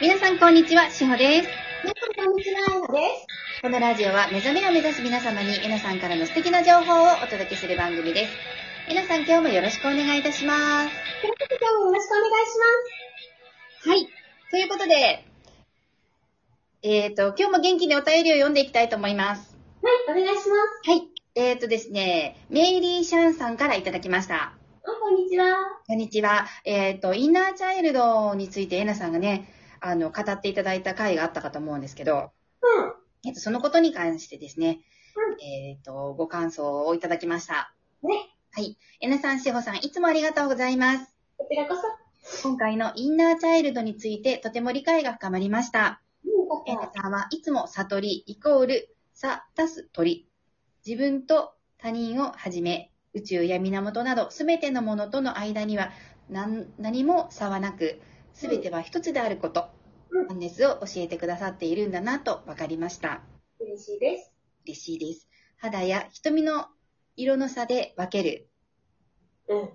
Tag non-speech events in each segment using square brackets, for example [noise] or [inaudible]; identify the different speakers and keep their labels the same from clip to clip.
Speaker 1: 皆さんこんにちは、しほです。
Speaker 2: 皆さんこんにちは、えなです。
Speaker 1: このラジオは目覚めを目指す皆様にえなさんからの素敵な情報をお届けする番組です。えなさん今日もよろしくお願いいたします。
Speaker 2: 今日もよろしくお願いし
Speaker 1: はい。ということで、えっ、と、今日も元気にお便りを読んでいきたいと思います。
Speaker 2: ます。はい、お願いします。
Speaker 1: はい。えっ、とですね、メイリー・シャンさんからいただきました。
Speaker 2: あ、こんにちは。は
Speaker 1: こんにちは。えっ、と、インナーチャイルドについてえなさんがね、あの、語っていただいた回があったかと思うんですけど、
Speaker 2: うん
Speaker 1: えっと、そのことに関してですね、えっと、ご感想をいただきました。
Speaker 2: い、
Speaker 1: はい。えなさん、しほさん、いつもありがとうございます。
Speaker 2: こちらこそ。
Speaker 1: 今回のインナーチャイルドについてとても理解が深まりました。
Speaker 2: うん、こ
Speaker 1: エナさんはいつも悟りイコールさたす鳥。自分と他人をはじめ、宇宙や源など全てのものとの間には何何も差はなく、全ては一つであること
Speaker 2: うん
Speaker 1: なんですを教えてくださっているんだなと分かりました。
Speaker 2: 嬉しいです。
Speaker 1: 嬉しいです。肌や瞳の色の差で分ける、
Speaker 2: うん。う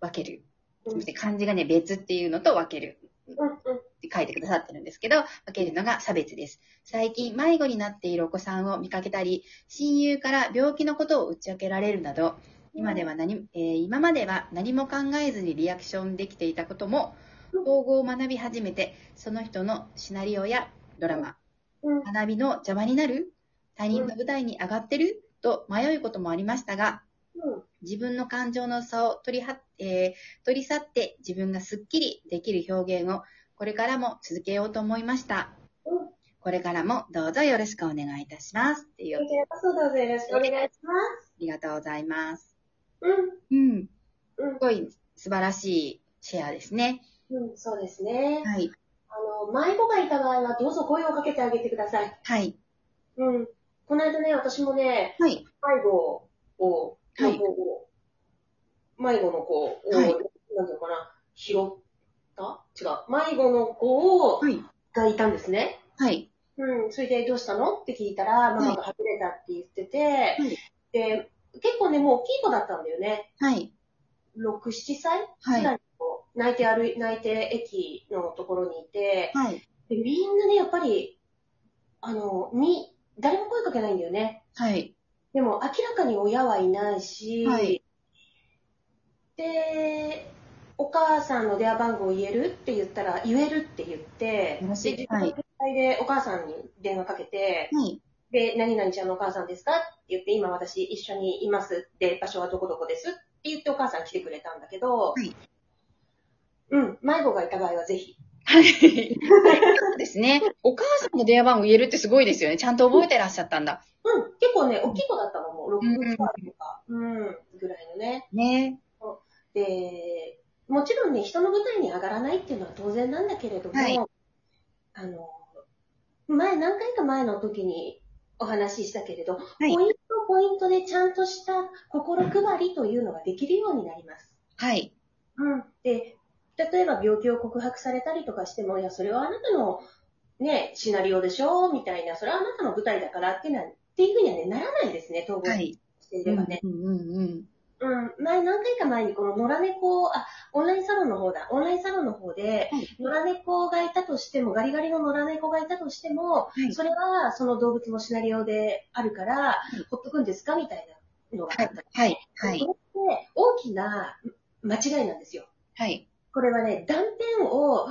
Speaker 1: 分ける。
Speaker 2: うん
Speaker 1: そして漢字がね、別っていうのと分ける。
Speaker 2: ん、うん。
Speaker 1: って書いてくださってるんですけど、分けるのが差別です。最近、迷子になっているお子さんを見かけたり、親友から病気のことを打ち明けられるなど、今では何、えー今までは何も考えずにリアクションできていたことも、方法を学び始めて、その人のシナリオやドラマ、
Speaker 2: うん、
Speaker 1: 学びの邪魔になる他人の舞台に上がってると迷うこともありましたが、
Speaker 2: うん。
Speaker 1: 自分の感情の差を取りは、えー取り去って自分がすっきりできる表現をこれからも続けようと思いました。
Speaker 2: うん
Speaker 1: これからもどうぞよろしくお願いいたします。っていう、あ
Speaker 2: こちらこそどうぞよろしくお願いします。
Speaker 1: りがとうございます。
Speaker 2: う
Speaker 1: うん。
Speaker 2: ん、
Speaker 1: すごい素晴らしいシェアですね。
Speaker 2: うん。うん、そうですね。
Speaker 1: はい。
Speaker 2: あの、迷子がいた場合はどうぞ声をかけてあげてください。
Speaker 1: はい。
Speaker 2: うん。この間ね、私もね、
Speaker 1: はい。
Speaker 2: 迷子を、
Speaker 1: はい
Speaker 2: 子を、迷子の子を、
Speaker 1: はい
Speaker 2: なんていうのかな、拾った違う。迷子の子を、
Speaker 1: はい。
Speaker 2: がいたんですね。
Speaker 1: はい。
Speaker 2: うん、それでどうしたのって聞いたら、ママが外れたって言ってて、
Speaker 1: はい
Speaker 2: で、結構ね、もう大きい子だったんだよね。
Speaker 1: はい。
Speaker 2: 6、7歳
Speaker 1: は
Speaker 2: ぐら
Speaker 1: い。
Speaker 2: いの、泣いて歩い、泣いて駅のところにいて、
Speaker 1: はい。
Speaker 2: でみんなね、やっぱり、あの、み、誰も声かけないんだよね。
Speaker 1: はい。
Speaker 2: でも明らかに親はいないし、
Speaker 1: はい
Speaker 2: で、お母さんの電話番号言えるって言ったら、言えるって言って、
Speaker 1: よろしい
Speaker 2: で自分の携帯でお母さんに電話かけて、
Speaker 1: はい。
Speaker 2: で、何々ちゃんのお母さんですかって言って、今私一緒にいます。で、場所はどこどこですって言ってお母さん来てくれたんだけど、
Speaker 1: はい
Speaker 2: うん、迷子がいた場合はぜひ。
Speaker 1: はい。そうですね。お母さんの電話番号言えるってすごいですよね。ちゃんと覚えてらっしゃったんだ。
Speaker 2: うん、結構ね、大きい子だったのもう、
Speaker 1: うん
Speaker 2: 6歳とか、うん、ぐらいのね。
Speaker 1: ね。
Speaker 2: で、もちろんね、人の舞台に上がらないっていうのは当然なんだけれども、
Speaker 1: はい
Speaker 2: あの、前、何回か前の時にお話ししたけれど、
Speaker 1: い
Speaker 2: ポイントポイントでちゃんとした心配りというのができるようになります。
Speaker 1: はい。
Speaker 2: うん。で、例えば病気を告白されたりとかしても、いや、それはあなたの、ね、シナリオでしょみたいな、それはあなたの舞台だからっていうのは、っていうふうにはね、ならないですね、統合
Speaker 1: はい。
Speaker 2: していればね。
Speaker 1: うんうんうん。
Speaker 2: うん、前、何回か前にこの野良猫を、あ、オンラインサロンの方だ、オンラインサロンの方で、
Speaker 1: はい
Speaker 2: 野良猫がいたとしても、ガリガリの野良猫がいたとしても、
Speaker 1: はい
Speaker 2: それはその動物のシナリオであるから、
Speaker 1: い
Speaker 2: ほっとくんですかみたいなのがあった。
Speaker 1: はい。はい。
Speaker 2: これって大きな間違いなんですよ。
Speaker 1: はい。
Speaker 2: これはね、断片を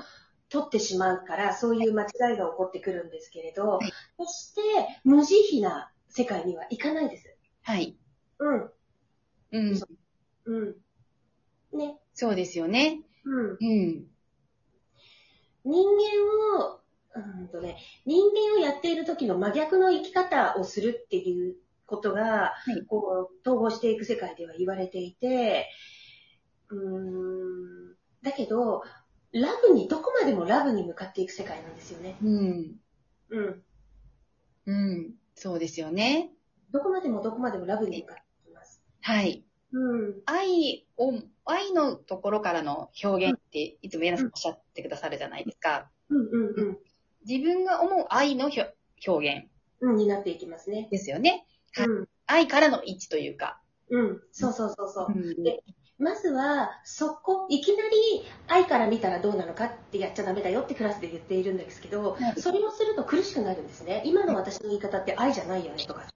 Speaker 2: 取ってしまうから、そういう間違いが起こってくるんですけれど、
Speaker 1: はい
Speaker 2: そして、無慈悲な世界には行かないです。
Speaker 1: はい。
Speaker 2: うん。
Speaker 1: うん。
Speaker 2: うん。ね。
Speaker 1: そうですよね。
Speaker 2: うん。
Speaker 1: うん。
Speaker 2: 人間を、うんとね、人間をやっている時の真逆の生き方をするっていうことが、
Speaker 1: い
Speaker 2: こう、統合していく世界では言われていて、うーん。だけど、ラブに、どこまでもラブに向かっていく世界なんですよね。
Speaker 1: うん。
Speaker 2: うん。
Speaker 1: うん。そうですよね。
Speaker 2: どこまでもどこまでもラブに向かっています。
Speaker 1: はい。
Speaker 2: うん。
Speaker 1: 愛を、愛のところからの表現って、いつも皆さんおっしゃってくださるじゃないですか。
Speaker 2: うんうん
Speaker 1: 自分が思う愛のひょ表現
Speaker 2: うん。うん、になっていきますね。
Speaker 1: ですよね。はい
Speaker 2: うん。
Speaker 1: 愛からの位置というか。
Speaker 2: うん。そうそうそうそう。
Speaker 1: ん
Speaker 2: でまずは、そこ、いきなり愛から見たらどうなのかってやっちゃダメだよってクラスで言っているんですけど、
Speaker 1: はい
Speaker 2: それをすると苦しくなるんですね。今の私の言い方って愛じゃないよねとかさ。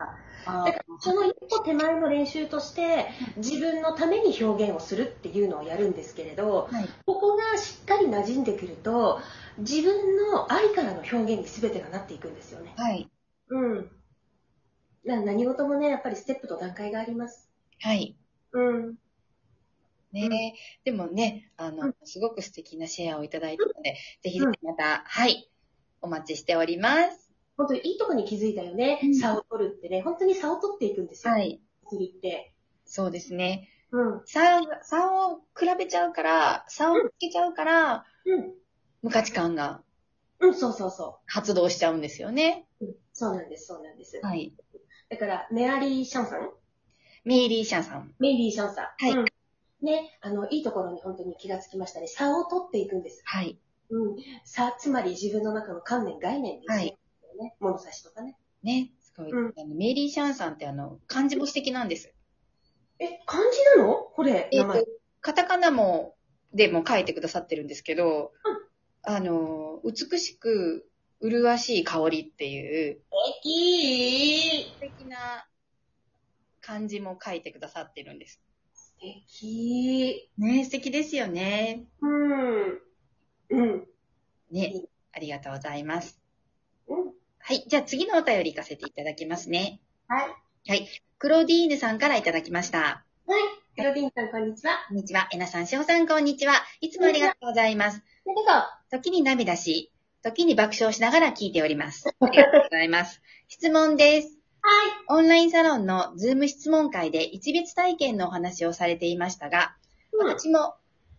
Speaker 1: あ
Speaker 2: だからその一歩手前の練習として、自分のために表現をするっていうのをやるんですけれど、
Speaker 1: はい
Speaker 2: ここがしっかり馴染んでくると、自分の愛からの表現に全てがなっていくんですよね。
Speaker 1: はい。
Speaker 2: うん。な何事もね、やっぱりステップと段階があります。
Speaker 1: はい。
Speaker 2: うん。
Speaker 1: ねでもね、あ
Speaker 2: う
Speaker 1: の
Speaker 2: ん、
Speaker 1: すごく素敵なシェアをいただいたので、ぜひぜひまた、はい、お待ちしております。
Speaker 2: 本当にいいとこに気づいたよね
Speaker 1: うん。
Speaker 2: 差を取るってね、本当に差を取っていくんですよ。
Speaker 1: はい。
Speaker 2: 釣りって。
Speaker 1: そうですね。
Speaker 2: うん。
Speaker 1: 差、差を比べちゃうから、差をつけちゃうから、
Speaker 2: うん。
Speaker 1: 無価値観が
Speaker 2: うん、そうそうそ
Speaker 1: 発動しちゃうんですよね。
Speaker 2: う。うん、そうなんです、そうなんです。
Speaker 1: はい。
Speaker 2: だから、メアリー・シャンさん
Speaker 1: ミーリーシャンさん。
Speaker 2: メイリー・シャンさん。
Speaker 1: はい
Speaker 2: うんね、あの、いいところに本当に気がつきましたね。差を取っていくんです。
Speaker 1: はい。
Speaker 2: うん。差、つまり自分の中の観念、概念ですね。
Speaker 1: はい
Speaker 2: ね。物差しとかね。
Speaker 1: ね。すごい。
Speaker 2: うん
Speaker 1: あのメイリーシャンさんってあの、漢字も素敵なんです。
Speaker 2: え、漢字なのこれ、
Speaker 1: えっ、
Speaker 2: 名前
Speaker 1: と。、カタカナも、でも書いてくださってるんですけど、あの、美しく、麗しい香りっていう、
Speaker 2: 素敵
Speaker 1: 素敵な漢字も書いてくださってるんです。
Speaker 2: 素敵
Speaker 1: ね素敵ですよね。
Speaker 2: うん。うん。
Speaker 1: ね
Speaker 2: うん。
Speaker 1: ありがとうございます。
Speaker 2: うん。
Speaker 1: はい。じゃあ次のお便り行かせていただきますね。
Speaker 2: はい。
Speaker 1: クロディーヌさんからいただきました。
Speaker 2: はい。プロディンさん、こんにちは。
Speaker 1: こんにちは。えなさん、しほさん、こんにちは。いつもありがとうございます。
Speaker 2: ありが
Speaker 1: 時に涙し、時に爆笑しながら聞いており
Speaker 2: [laughs]
Speaker 1: ます。ありがとうございます。質問です。オンラインサロンのズーム質問会で一別体験のお話をされていましたが、
Speaker 2: とう。はい。
Speaker 1: 私も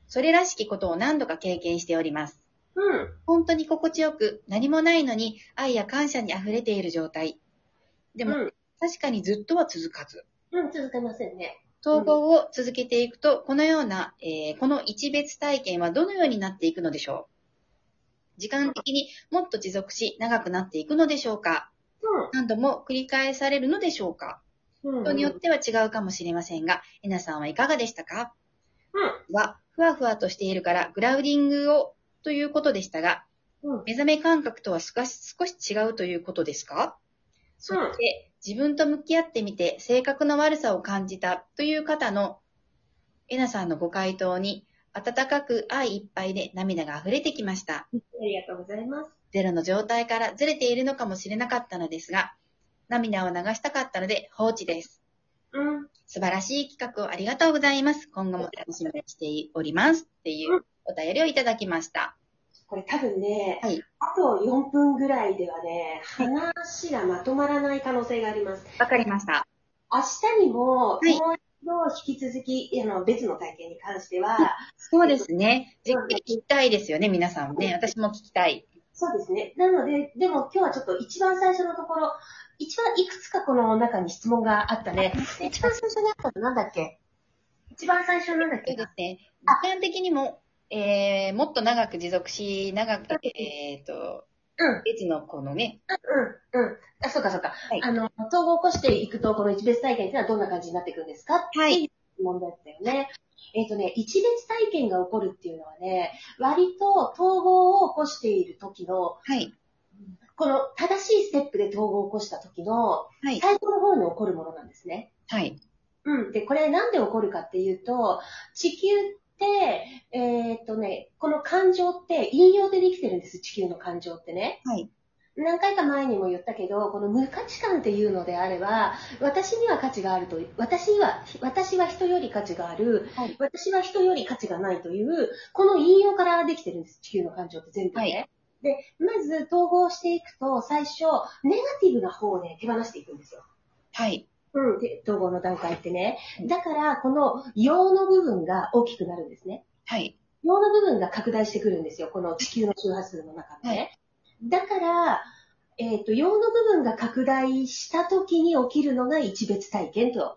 Speaker 1: それらしきことを何度か経験しております。
Speaker 2: うん。うん。
Speaker 1: 本当に心地よく、何もないのに愛や感謝に溢れている状態。でも、
Speaker 2: うん
Speaker 1: 確かにずっとは続かず。
Speaker 2: うん、続けませんね。
Speaker 1: 統合を続けていくと、このような、えーこの一別体験はどのようになっていくのでしょう時間的にもっと持続し、長くなっていくのでしょうか何度も繰り返されるのでしょうか
Speaker 2: うん。
Speaker 1: 人によっては違うかもしれませんが、えなさんはいかがでしたか
Speaker 2: う
Speaker 1: は、ふわふわとしているから、グラウディングを、ということでしたが、
Speaker 2: ん。うん。
Speaker 1: 目覚め感覚とは少し少し違うということですかそして、自分と向き合ってみて性格の悪さを感じたという方の、えなさんのご回答に、温かく愛いっぱいで涙が溢れてきました。
Speaker 2: ありがとうございます。
Speaker 1: ゼロの状態からずれているのかもしれなかったのですが、涙を流したかったので放置です。
Speaker 2: うん。
Speaker 1: 素晴らしい企画をありがとうございます。今後も楽しみにしております。っていうお便りをいただきました。
Speaker 2: これ多分ね、
Speaker 1: はい
Speaker 2: あと4分ぐらいではね、話がまとまらない可能性があります。
Speaker 1: わかりました。
Speaker 2: 明日にも、
Speaker 1: い
Speaker 2: もう一度引き続き、あの、別の体験に関しては、
Speaker 1: そうですね。じっくり聞きたいですよね、皆さんね。私も聞きたい。
Speaker 2: そうですね。なので、でも今日はちょっと一番最初のところ、一番いくつかこの中に質問があったね。で一番最初にあったのなんだっけ一番最初なんだっ
Speaker 1: そ
Speaker 2: け
Speaker 1: うですね。時間的にも、えー、もっと長く持続し、長く、えっ、と、
Speaker 2: うん、うん、
Speaker 1: 別のこのね、
Speaker 2: うん。あ、そうかそうか。
Speaker 1: はい
Speaker 2: あの、統合を起こしていくと、この一別体験ってのはどんな感じになっていくんですか
Speaker 1: はい。
Speaker 2: 問題だったよね。えっ、とね、一列体験が起こるっていうのはね、割と統合を起こしている時の、
Speaker 1: はい。
Speaker 2: この正しいステップで統合を起こした時の、
Speaker 1: はい。
Speaker 2: 最後の方に起こるものなんですね。
Speaker 1: はい。
Speaker 2: うん。で、これなんで起こるかっていうと、地球って、えっ、とね、この感情って引用でできてるんです、地球の感情ってね。
Speaker 1: はい。
Speaker 2: 何回か前にも言ったけど、この無価値観っていうのであれば、私には価値があると、私には、私は人より価値がある、
Speaker 1: はい
Speaker 2: 私は人より価値がないという、この引用からできてるんです、地球の感情って全部ね。
Speaker 1: はい
Speaker 2: で、まず統合していくと、最初、ネガティブな方をね、手放していくんですよ。
Speaker 1: はい。
Speaker 2: うん、で統合の段階ってね
Speaker 1: う。ん
Speaker 2: だから、この陽の部分が大きくなるんですね。
Speaker 1: はい。
Speaker 2: 脳の部分が拡大してくるんですよ、この地球の周波数の中で、ねだから、えっ、と、陽の部分が拡大した時に起きるのが一別体験と、
Speaker 1: は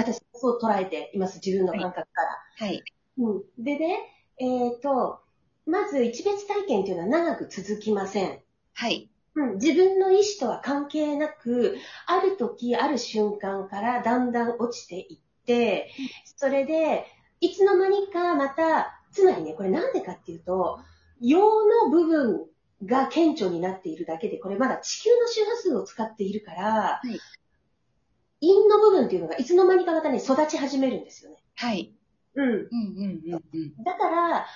Speaker 1: い。
Speaker 2: 私はそう捉えています、自分の感覚から。
Speaker 1: はい。
Speaker 2: うん。でね、えっ、と、まず一別体験というのは長く続きません。
Speaker 1: はい。
Speaker 2: うん、自分の意思とは関係なく、ある時、ある瞬間からだんだん落ちていって、それで、いつの間にかまた、つまりね、これなんでかっていうと、陽の部分が顕著になっているだけで、これまだ地球の周波数を使っているから、
Speaker 1: い
Speaker 2: 陰の部分っていうのがいつの間にかまたね、育ち始めるんですよね。
Speaker 1: はい。
Speaker 2: うん。
Speaker 1: うんうんうんうん。
Speaker 2: だから、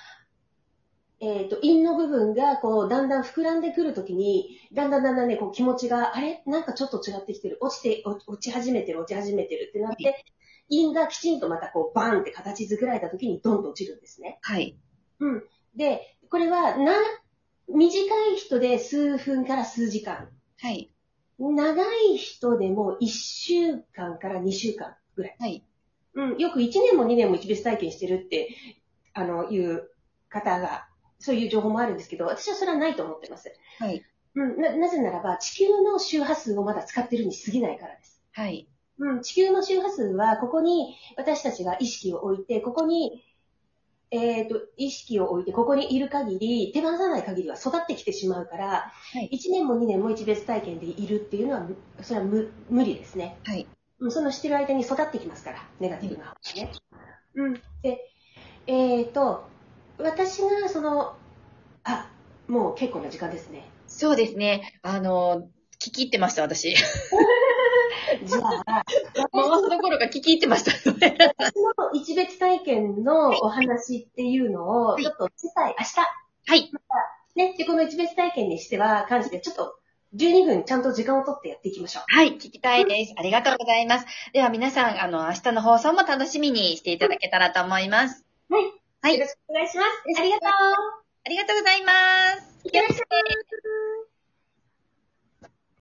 Speaker 2: えっ、と、陰の部分が、こう、だんだん膨らんでくるときに、だんだんだんだんね、こう、気持ちが、あれなんかちょっと違ってきてる。落ちて、落落ち始めてる、落ち始めてるってなって、陰がきちんとまたこう、バーンって形作られたときに、ドンと落ちるんですね。
Speaker 1: はい。
Speaker 2: で、これは、な、短い人で数分から数時間。
Speaker 1: はい。
Speaker 2: 長い人でも1週間から2週間ぐらい。
Speaker 1: はい。
Speaker 2: うん、よく1年も2年も一別体験してるって、あの、いう方が、そういう情報もあるんですけど、私はそれはないと思ってます。
Speaker 1: はい。
Speaker 2: うん、な、なぜならば、地球の周波数をまだ使ってるに過ぎないからです。
Speaker 1: はい。
Speaker 2: うん、地球の周波数は、ここに私たちが意識を置いて、ここに、えっ、と、意識を置いて、ここにいる限り、手放さない限りは育ってきてしまうから、
Speaker 1: はい
Speaker 2: 1年も2年も一別体験でいるっていうのは、それは無無理ですね。
Speaker 1: はい。
Speaker 2: うんそのしてる間に育ってきますから、ネガティブな方がね。うん。で、えっ、と、私がその、あ、もう結構な時間ですね。
Speaker 1: そうですね。あの、聞き入ってました、私。
Speaker 2: じゃあ、
Speaker 1: 回すどころか聞き入ってました。
Speaker 2: 私の一別体験のお話っていうのを、
Speaker 1: い
Speaker 2: ちょっと次回、明日、
Speaker 1: はい。
Speaker 2: ね、で、この一別体験にしては、関して、ちょっと12分ちゃんと時間を取ってやっていきましょう。
Speaker 1: はい、聞きたいです。ありがとうございます。では皆さん、あの、明日の放送も楽しみにしていただけたらと思います。はい
Speaker 2: よろしくお願いします。ありがとう。
Speaker 1: ありがとうございます。
Speaker 2: いってらっしゃい。